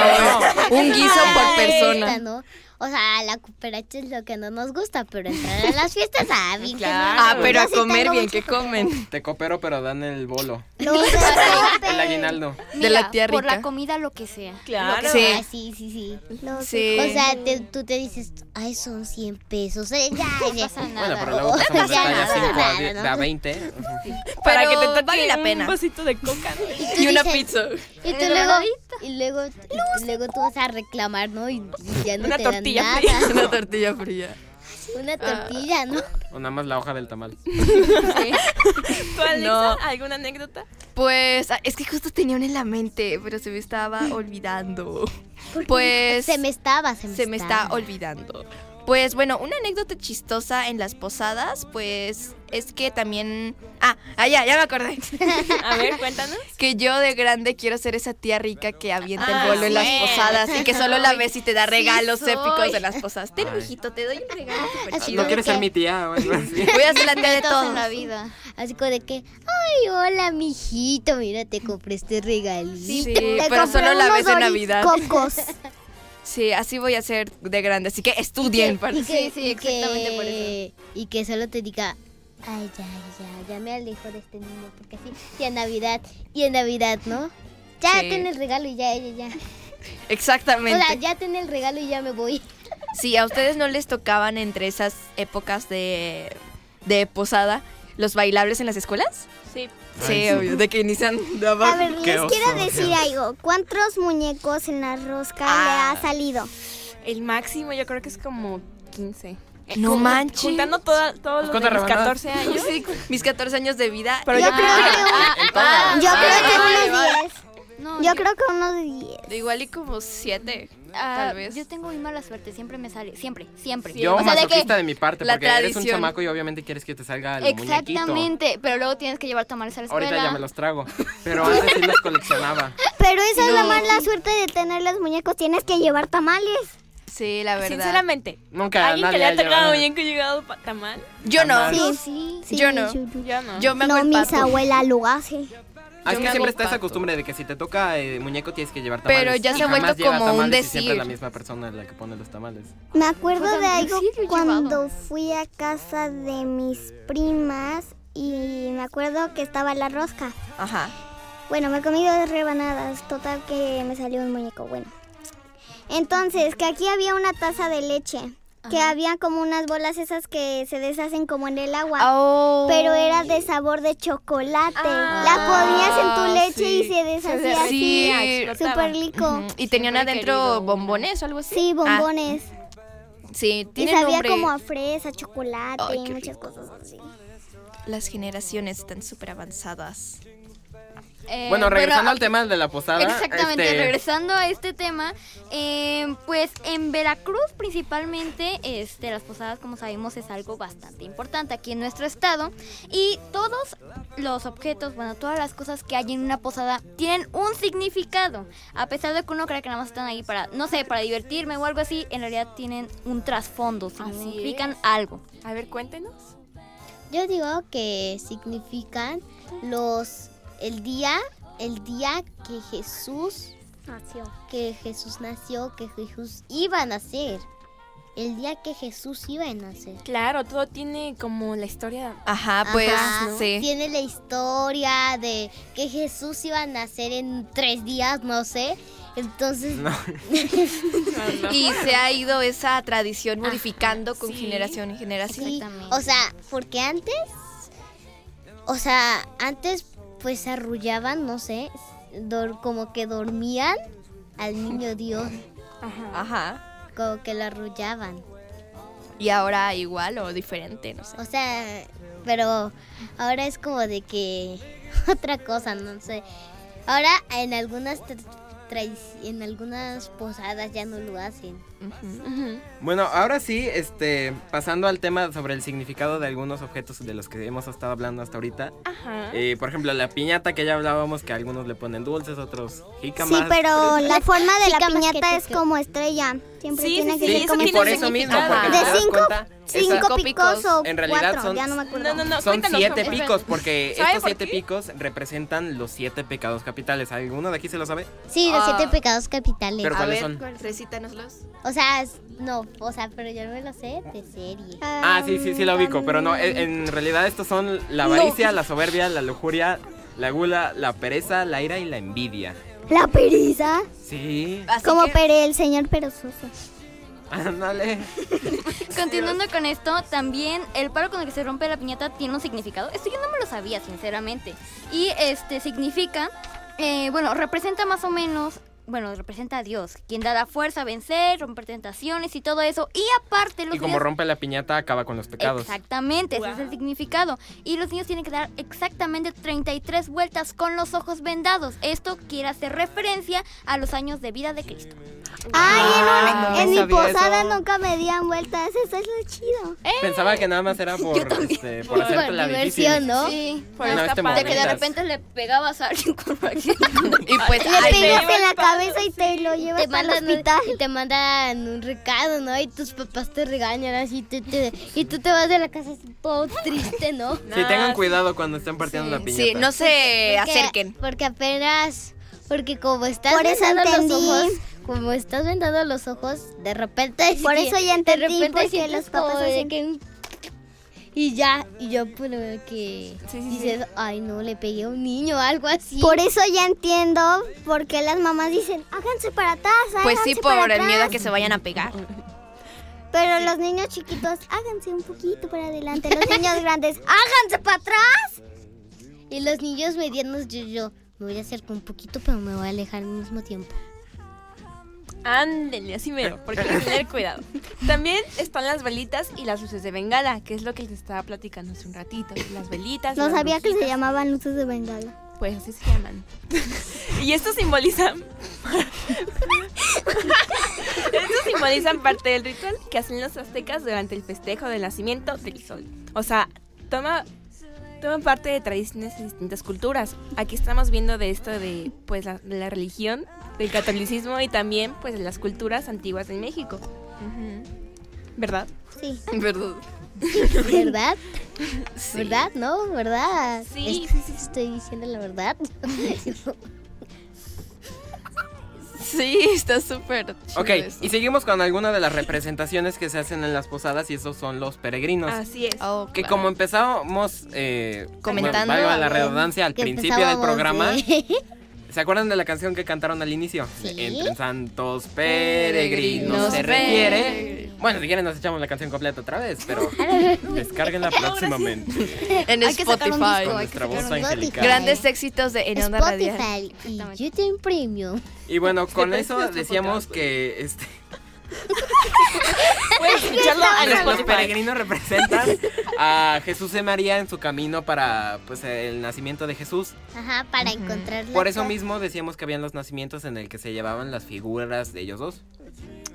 Un guiso por Gusta, persona. ¿no? O sea, la cooperacha es lo que no nos gusta, pero entrar a las fiestas, *laughs* ah, bien que no. Ah, pero a Yo sí comer tengo bien, mucho que comen? Te coopero, pero dan el bolo. *laughs* El aguinaldo. De la Mira, tía Por la rica. comida, lo que sea. Claro. Sí. Ah, sí, sí, sí. Sí. O sea, te- tú te dices, ay, son 100 pesos. eh, *laughs* ya, ya. pasa nada. Bueno, pero luego pasamos de ya talla nada, 5 nada, a, die- ¿no? de a ¿eh? 20. Para que te Pero toque vale la pena. un vasito de *laughs* coca. ¿no? Y tú Y una dices- pizza. Y tú El luego, doradito. y luego, y luego tú vas a reclamar, ¿no? Y, y ya no Una te dan tortilla nada. fría. Una tortilla fría. *laughs* Una tortilla, ¿no? Ah, O nada más la hoja del tamal. ¿Tú, Alexa, No. alguna anécdota? Pues ah, es que justo tenía una en la mente, pero se me estaba olvidando. Pues Se me estaba, se me, se me está olvidando. Pues bueno, una anécdota chistosa en las posadas, pues es que también... Ah, ah, ya, ya me acordé. A *laughs* ver, cuéntanos. que yo de grande quiero ser esa tía rica que avienta Ah, el bolo en las sí. posadas y que solo la ves y te da regalos soy. épicos de las posadas. Ten, Ay. mijito, te doy un regalo súper Así chido. No quieres ser mi tía o algo *laughs* así. Voy a ser la tía de Todos todos. en la vida. Así como de que, ay, hola, mijito, mira, te compré este regalito. Sí, Te pero compré solo la unos ves en Doris Navidad. Cocos. Sí, así voy a ser de grande. Así que estudien *laughs* para Y que- Sí, sí, y que- exactamente por eso. Y que solo te diga, ay, ya, ya, ya me alejo de este niño, porque sí, y en Navidad, y en Navidad, ¿no? Ya Sí. ten el regalo y ya, ya, ya. O *laughs* Exactamente. sea, ya ten el regalo y ya me voy. Si a ustedes no les tocaban entre esas épocas de, de posada los bailables en las escuelas. Sí. sí, obvio, de que inician de abajo. A ver, Qué les oso, quiero qué decir algo. ¿Cuántos muñecos en la rosca Ah. le ha salido? El máximo yo creo que es como 15. No Jun- manches. Eh, Juntando toda- todos los de ¿Cuántas mis rebanadas? 14 años. Sí, mis 14 años de vida. Pero yo creo que... Yo creo que vale, unos vale. 10. No, Yo creo que unos 10. De igual Ah, y como siete, ah, tal vez. Yo tengo muy mala suerte, siempre me sale. Siempre, siempre. Yo, o sea, de que. masoquista de mi parte, la porque eres un tradición. chamaco y obviamente quieres que te salga el muñequito. Exactamente, pero luego tienes que llevar tamales a la escuela. Ahorita ya me los *laughs* trago. Pero antes sí los coleccionaba. Pero esa es la No. mala suerte de tener los muñecos. Tienes que llevar tamales. Sí, la verdad. Sinceramente, Nunca ¿alguien que nadie le ha lleva- tocado bien que ha llegado pa- tamal? Yo no. Jamás. Sí, Sí. sí, Yo no. Yo no. Yo me hago No, el mis pato. abuela lo hace. Ah, es Yo que me hago siempre está esa pato. costumbre de que si te toca eh, muñeco tienes que llevar tamales. Pero ya Y se ha jamás vuelto lleva como un tamales y siempre es la decir. Eh, misma persona la que pone los tamales. Me acuerdo Pues, de a mí algo sí lo he cuando llevado. fui a casa de mis primas y me acuerdo que estaba la rosca. Ajá. Bueno, me comí dos rebanadas, total que me salió un muñeco bueno. Entonces, que aquí había una taza de leche. que había como unas bolas esas que se deshacen como en el agua. Oh. Pero era de sabor de chocolate. la ponías en tu leche y se deshacía ah, Sí, así. explotaba. Súper rico. Ujú. Y tenían adentro bombones o algo así. Sí, Ah, bombones. sí, y tienen sabía nombre. como a fresa, chocolate Ay, y qué muchas rico. cosas así. Las generaciones están súper avanzadas. Eh, Bueno, regresando pero- al tema de la posada. Exactamente, este, regresando a este tema, eh, pues en Veracruz principalmente, este, las posadas, como sabemos, es algo bastante importante aquí en nuestro estado. Y todos los objetos, bueno, todas las cosas que hay en una posada tienen un significado. A pesar de que uno cree que nada más están ahí para, no sé, para divertirme o algo así, en realidad tienen un trasfondo, significan es. algo. A ver, cuéntenos. Yo digo que significan los el día, el día que Jesús Nació. que Jesús nació, que Jesús iba a nacer. El día que Jesús iba a nacer. Claro, todo tiene como la historia. Ajá, pues Ajá. sí. Tiene la historia de que Jesús iba a nacer en tres días, no sé. Entonces, Y se ha ido esa tradición modificando con generación en generación. sí, Exactamente. o sea, porque antes, o sea, antes pues arrullaban, no sé, dor- como que dormían al niño Dios, Ajá. como que lo arrullaban. Y ahora igual o diferente, no sé. O sea, pero ahora es como de que *laughs* otra cosa, no sé. Ahora en algunas tra- tradi- en algunas posadas ya no lo hacen. Bueno, ahora sí, este, pasando al tema sobre el significado de algunos objetos de los que hemos estado hablando hasta ahorita. Ah. Ajá. Eh, por ejemplo, la piñata que ya hablábamos, que algunos le ponen dulces, otros Sí, jícamas. pero la forma de la Chica más que piñata te es creo. como estrella. Siempre Sí, tiene sí, que sí, ser Sí, eso como y por estrella. eso mismo, significado. porque De te das cinco- cuenta, esa- Cinco picos picos, o en realidad cuatro, son- ya no me acuerdo. No, no, no. Son cuéntanos, siete espera. picos, porque ¿Sabe estos por siete qué? picos representan los siete pecados capitales. ¿Alguno de aquí se lo sabe? Sí, los Ah. siete pecados capitales. Pero A ¿cuáles ver, son? recítanoslos. O sea, es- no, o sea, pero yo no me lo sé de serie. Ah, sí, sí, sí la ubico, pero no, e- en realidad estos son la avaricia, la soberbia, la lujuria, la gula, la pereza, la ira y la envidia. La periza. Sí, Así como que- Pere, el señor perezoso. ándale. Continuando con esto, también el palo con el que se rompe la piñata tiene un significado. Esto yo no me lo sabía, sinceramente. Y este significa, eh, bueno, representa más o menos, bueno, representa a Dios, quien da la fuerza a vencer, romper tentaciones y todo eso. Y aparte, los Y como niños- rompe la piñata, acaba con los pecados. Exactamente, ese es el significado. Y los niños tienen que dar exactamente 33 vueltas con los ojos vendados. Esto quiere hacer referencia a los años de vida de Cristo. Ay, en, un- Ah, no me en mi sabía posada eso. nunca me dieron vueltas. Eso es lo chido. Pensaba que nada más era por, este, por hacerte la diversión, difícil. ¿no? Sí. Por No, esta este parte. De que de repente le pegabas a alguien con Y pues Le ahí pegas te- en la cabeza y te lo llevas Te al mandan, un, hospital. y te mandan un recado, ¿no? Y tus papás te regañan así, te- te- y tú te vas de la casa así todo triste, *laughs* ¿no? Sí, tengan cuidado cuando estén partiendo la piñata. Sí, no se Porque- acerquen. Porque apenas, porque como estás Por eso vendando entendí. los ojos, como estás vendando los ojos, de repente Por sí, eso ya de entendí repente porque los sientes como papás de hacen- que un- y ya, y yo por lo que dices, ay no, le pegué a un niño o algo así. Por eso ya entiendo por qué las mamás dicen, háganse para atrás. Pues sí, háganse para por el miedo a atrás". que se vayan a pegar. Pero los niños chiquitos, háganse un poquito para adelante. Los niños grandes, háganse para atrás. Y los niños medianos, yo, yo me voy a acercar un poquito, pero me voy a alejar al *laughs* mismo tiempo. Ándele, así mero, porque hay que *laughs* tener cuidado. También están las velitas y las luces de bengala, que es lo que les estaba platicando hace un ratito. Las velitas. No las sabía que se lujitas, llamaban luces de bengala. Pues así se llaman. y estos simbolizan. estos simbolizan parte del ritual que hacen los aztecas durante el festejo del nacimiento del sol. O sea, toma. Toman parte de tradiciones de distintas culturas. Aquí estamos viendo de esto de pues la, de la religión, del catolicismo y también pues de las culturas antiguas de México. *laughs* ¿Verdad? Sí. ¿Verdad? ¿Verdad? ¿Verdad? ¿No? ¿Verdad? Sí, Es- Estoy diciendo *laughs* la verdad. Sí, está súper chido Ok, eso. y seguimos con alguna de las representaciones que se hacen en las posadas y esos son los peregrinos. Así es. Oh, Que claro. como empezamos eh, Comentando, valga la a ver, redundancia, al Que principio del empezábamos, programa, ¿eh? *laughs* ¿se acuerdan de la canción que cantaron al inicio? Sí. Entre santos peregrinos se Peregrinos refiere Bueno, si quieren nos echamos la canción completa otra vez, pero descárguenla próximamente. En Hay que sacar un Spotify. disco, hay Nuestra que sacar voz un disco. angelical. Grandes éxitos de En Onda Radial. Spotify y YouTube Premium. Y bueno, con eso decíamos que este, *laughs* Puedes escucharlo en los Spotify. peregrinos representan a Jesús y María en su camino para pues el nacimiento de Jesús. Ajá, para encontrar la Por eso paz. mismo decíamos que habían los nacimientos en el que se llevaban las figuras de ellos dos.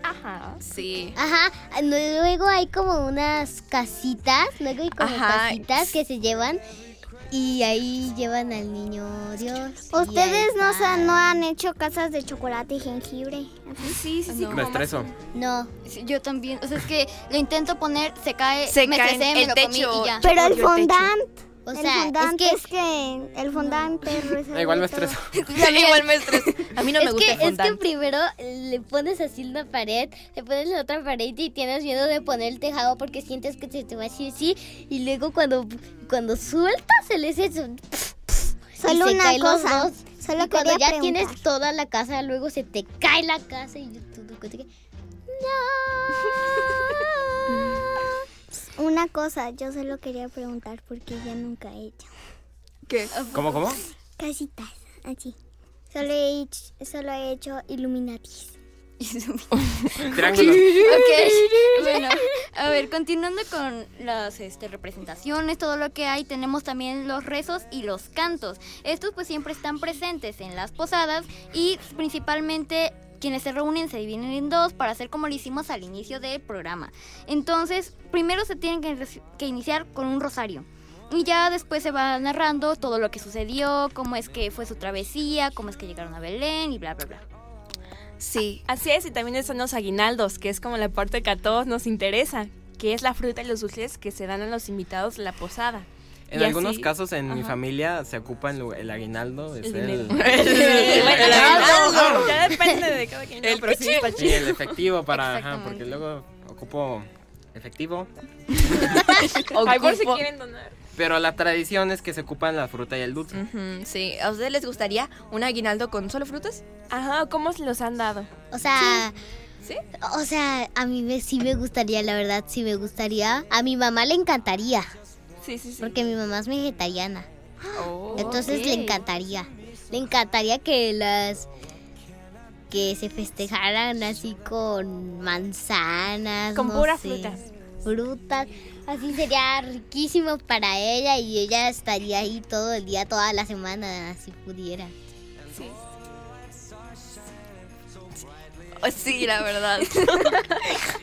Ajá. Sí. Ajá, luego hay como unas casitas, luego hay como Ajá. casitas que se llevan y ahí llevan al niño Dios. y Ustedes ahí no, va. sa- no han hecho casas de chocolate y jengibre. Sí, sí, sí. Me estreso. No, Sí, Yo también. O sea, es que lo intento poner, se cae, Se me cae estresé, el me lo comí techo. y ya. Pero el odio el techo. fondant, o el sea, es fondant que es que el fondant te resuelve Igual me todo. estreso. *laughs* Igual *laughs* me estreso. A mí no me es gusta que, es el que fondant. primero le pones así una pared, le pones la otra pared y tienes miedo de poner el tejado porque sientes que se te va a ir así y luego cuando, cuando sueltas el ese Solo y se una caen los cosa, dos. solo y cuando quería ya tienes preguntar. toda la casa, luego se te cae la casa y tú te cuentas que- Una cosa, yo solo quería preguntar porque ya nunca he hecho *laughs* *laughs* ¿Cómo, cómo? casitas así. Solo he hecho, solo he hecho Illuminatis. Triángulos. Ok, bueno, a ver, continuando con las este, representaciones, todo lo que hay, tenemos también los rezos y los cantos. Estos pues siempre están presentes en las posadas y principalmente quienes se reúnen se dividen en dos para hacer como lo hicimos al inicio del programa. Entonces, primero se tienen que, reci- que iniciar con un rosario. Y ya después se va narrando todo lo que sucedió, cómo es que fue su travesía, cómo es que llegaron a Belén y bla, bla, bla. Sí. Así es, y también están los aguinaldos, que es como la parte que a todos nos interesa, que es la fruta y los dulces que se dan a los invitados de la *laughs* posada. En Y algunos así- casos en mi Ajá. familia se ocupa el, el aguinaldo de El ser el- *laughs* dinero. El aguinaldo. Ya depende de cada quien. El no, pero sí, cuchillo. pachín. y el efectivo para, ajá, Exactamente. porque luego ocupo efectivo. Ay, por si Ocupo- quieren donar. Pero la tradición es que se ocupan la fruta y el dulce. Ujú, sí. ¿A ustedes les gustaría un aguinaldo con solo frutas? Ajá, ¿cómo se los han dado? O sea, Sí. o sea, a mí me, sí me gustaría, la verdad, sí me gustaría. A mi mamá le encantaría, Sí, sí, sí. porque mi mamá es vegetariana. Oh. Entonces le encantaría. Le encantaría que las que se festejaran así con manzanas, Con no puras sé, frutas. Frutas. Así sería riquísimo para ella y ella estaría ahí todo el día, toda la semana, si pudiera. Oh, Sí, la *laughs* verdad.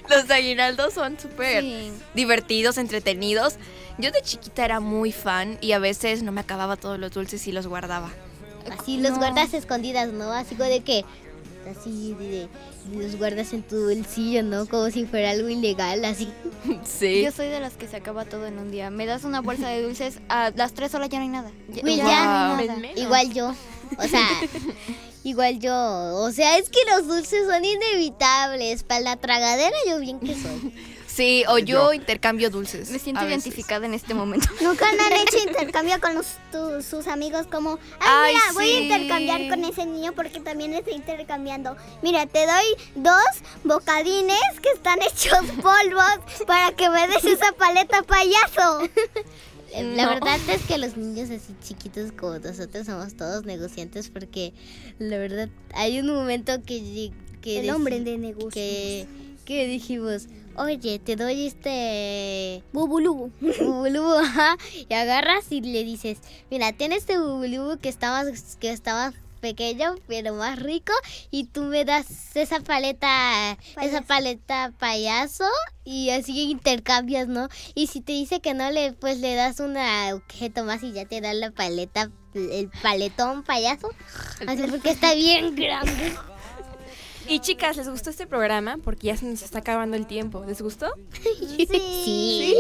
Los aguinaldos son súper Sí. divertidos, entretenidos. Yo de chiquita era muy fan y a veces no me acababa todos los dulces y los guardaba. Así los guardas escondidas, ¿no? Así como de que. Así de, de- los guardas en tu bolsillo, ¿no? Como si fuera algo ilegal, así. Sí. Yo soy de las que se acaba todo en un día. Me das una bolsa de dulces, a las tres horas ya no hay nada. Ya, Güey, ya ya. no Ven, hay nada. ven. Igual yo. O *laughs* sea, igual yo. O sea, es que los dulces son inevitables. Para la tragadera, yo bien que soy. Sí, o yo, intercambio dulces. Me siento a veces. identificada en este momento. *laughs* Nunca han hecho intercambio con los- tu- sus amigos como, Ay, ay, mira, voy a sí. intercambiar con ese niño porque también estoy intercambiando. Mira, te doy dos bocadines que están *laughs* hechos polvos para que me des esa paleta payaso. Eh, La verdad es que los niños así chiquitos como nosotros somos todos negociantes porque la verdad hay un momento que... lleg- que El hombre deci- de negocios. Que, que dijimos, oye, te doy este... Bubulubu. bubulubu, *laughs* ajá, y agarras y le dices, mira, tienes este bubulubu que está más, que está más pequeño, pero más rico, y tú me das esa paleta, esa Payaso. paleta payaso, y así intercambias, ¿no? Y si te dice que no, le pues le das un objeto más y ya te dan la paleta, el paletón payaso, así porque está bien grande. Y chicas, ¿les gustó este programa? Porque ya se nos está acabando el tiempo. ¿Les gustó? Sí.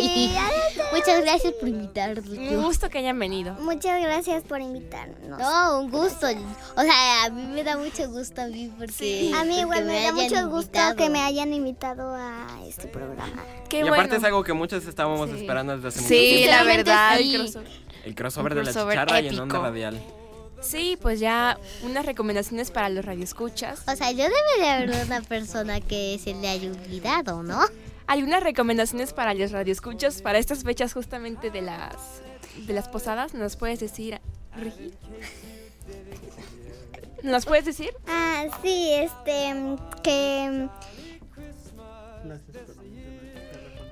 Muchas gracias por invitarnos. Un gusto que hayan venido. Muchas gracias por invitarnos. No, un gusto. O sea, a mí me da mucho gusto a mí porque A mí igual porque me, da hayan mucho gusto invitado. que me hayan invitado a este programa. Qué y bueno. aparte es algo que muchos estábamos esperando desde hace mucho Sí, la verdad. sí. tiempo. El crossover Un de la crossover chicharra y en épico. onda radial. Sí, pues ya unas recomendaciones para los radioescuchas. O sea, yo debería haber una persona que se le haya olvidado, ¿no? algunas recomendaciones para los radioescuchas para estas fechas justamente de las de las posadas. ¿Nos puedes decir, Regi? ¿Nos puedes decir? Ah, sí, este, que...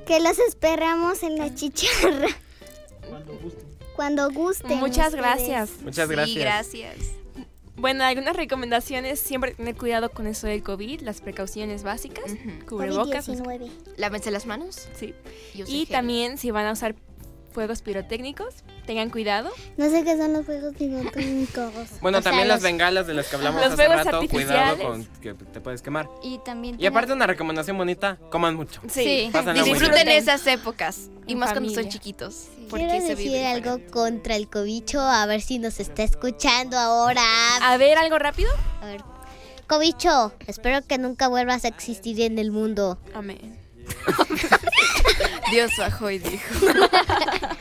Que los esperamos en la chicharra. Cuando gusten. este, Muchas ustedes. gracias. Muchas Sí, gracias. gracias. Bueno, algunas recomendaciones, siempre tener cuidado con eso del COVID, las precauciones básicas, cubrebocas, COVID-19. Lávense las manos. sí. Y, usen Y gel. también si van a usar fuegos pirotécnicos, tengan cuidado. No sé qué son los juegos pirotécnicos. Bueno, O sea, también las los- bengalas de las que hablamos Los hace fuegos rato, cuidado con artificiales. que te puedes quemar. Y también. Y aparte una recomendación bonita, coman mucho. Sí. Pásenla muy bien. Disfruten esas épocas. Y En más cuando son familia. chiquitos. Porque Quiero se vive decir algo diferente. contra el cobicho, a ver si nos está escuchando ahora. A ver, algo rápido. A ver. Cobicho, espero que nunca vuelvas a existir en el mundo. Amén. Dios bajó y dijo.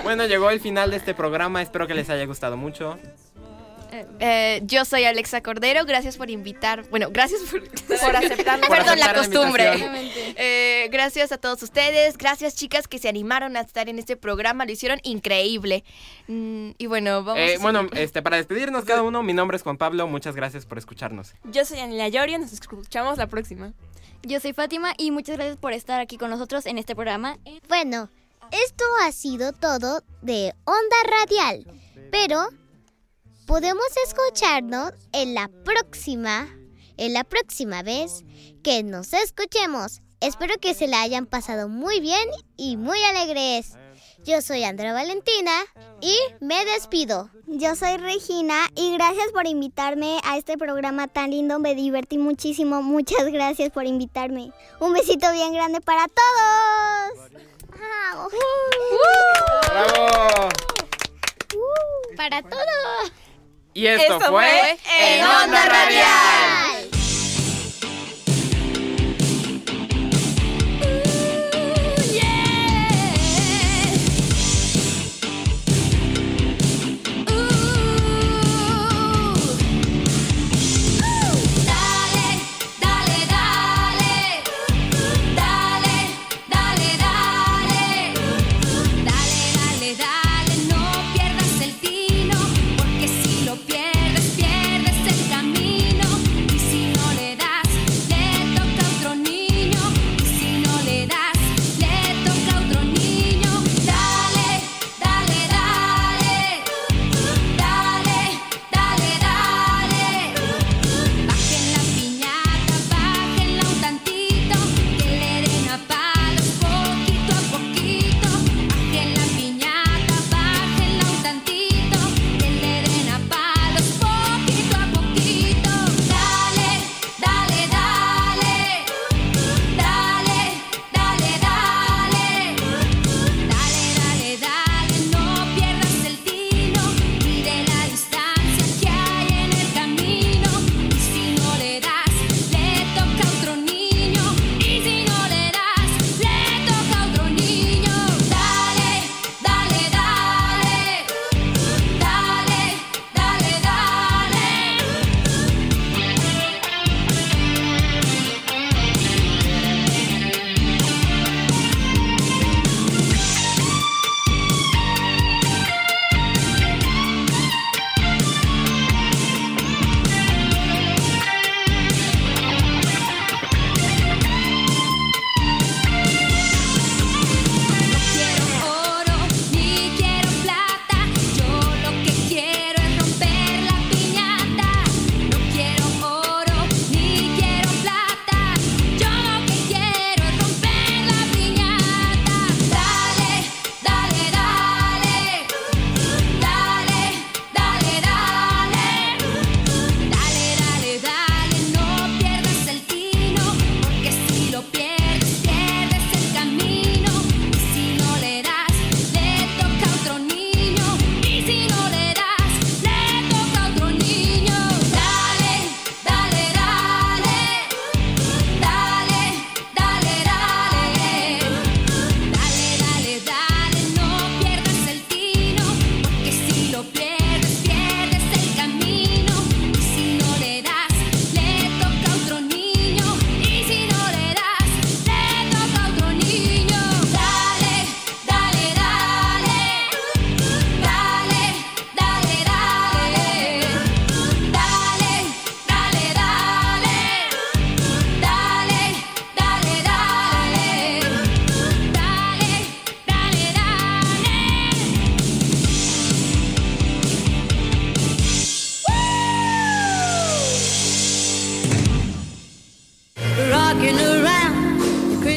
Bueno, llegó el final de este programa, espero que les haya gustado mucho. Eh, yo soy Alexa Cordero, gracias por invitar. Bueno, gracias *laughs* por, Por aceptarnos. Por Perdón la aceptar la costumbre. invitación. *laughs* Eh, gracias a todos ustedes, gracias chicas que se animaron a estar en este programa, lo hicieron increíble. Mm, y bueno, vamos. Eh, a- bueno, este, para despedirnos cada uno, mi nombre es Juan Pablo, muchas gracias por escucharnos. Yo soy Anila Lloria, nos escuchamos la próxima. Yo soy Fátima y muchas gracias por estar aquí con nosotros en este programa. Bueno, esto ha sido todo de Onda Radial, pero podemos escucharnos en la próxima, en la próxima vez que nos escuchemos. Espero que se la hayan pasado muy bien y muy alegres. Yo soy Andrea Valentina y me despido. Yo soy Regina y gracias por invitarme a este programa tan lindo. Me divertí muchísimo. Muchas gracias por invitarme. Un besito bien grande para todos. Vamos. ¡Uh! ¡Bravo! Para todos. Y esto, Esto fue fue En Onda Radial. Dale, dale, dale. Dale, dale, dale. Dale, dale, dale. No pierdas el tino, porque si lo pierdes, pierdes el camino.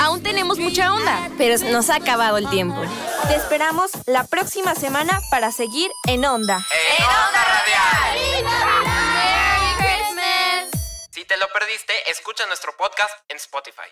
Aún tenemos mucha onda. Pero nos ha acabado el tiempo. Te esperamos la próxima semana para seguir en onda. Si te lo perdiste, escucha nuestro podcast en Spotify.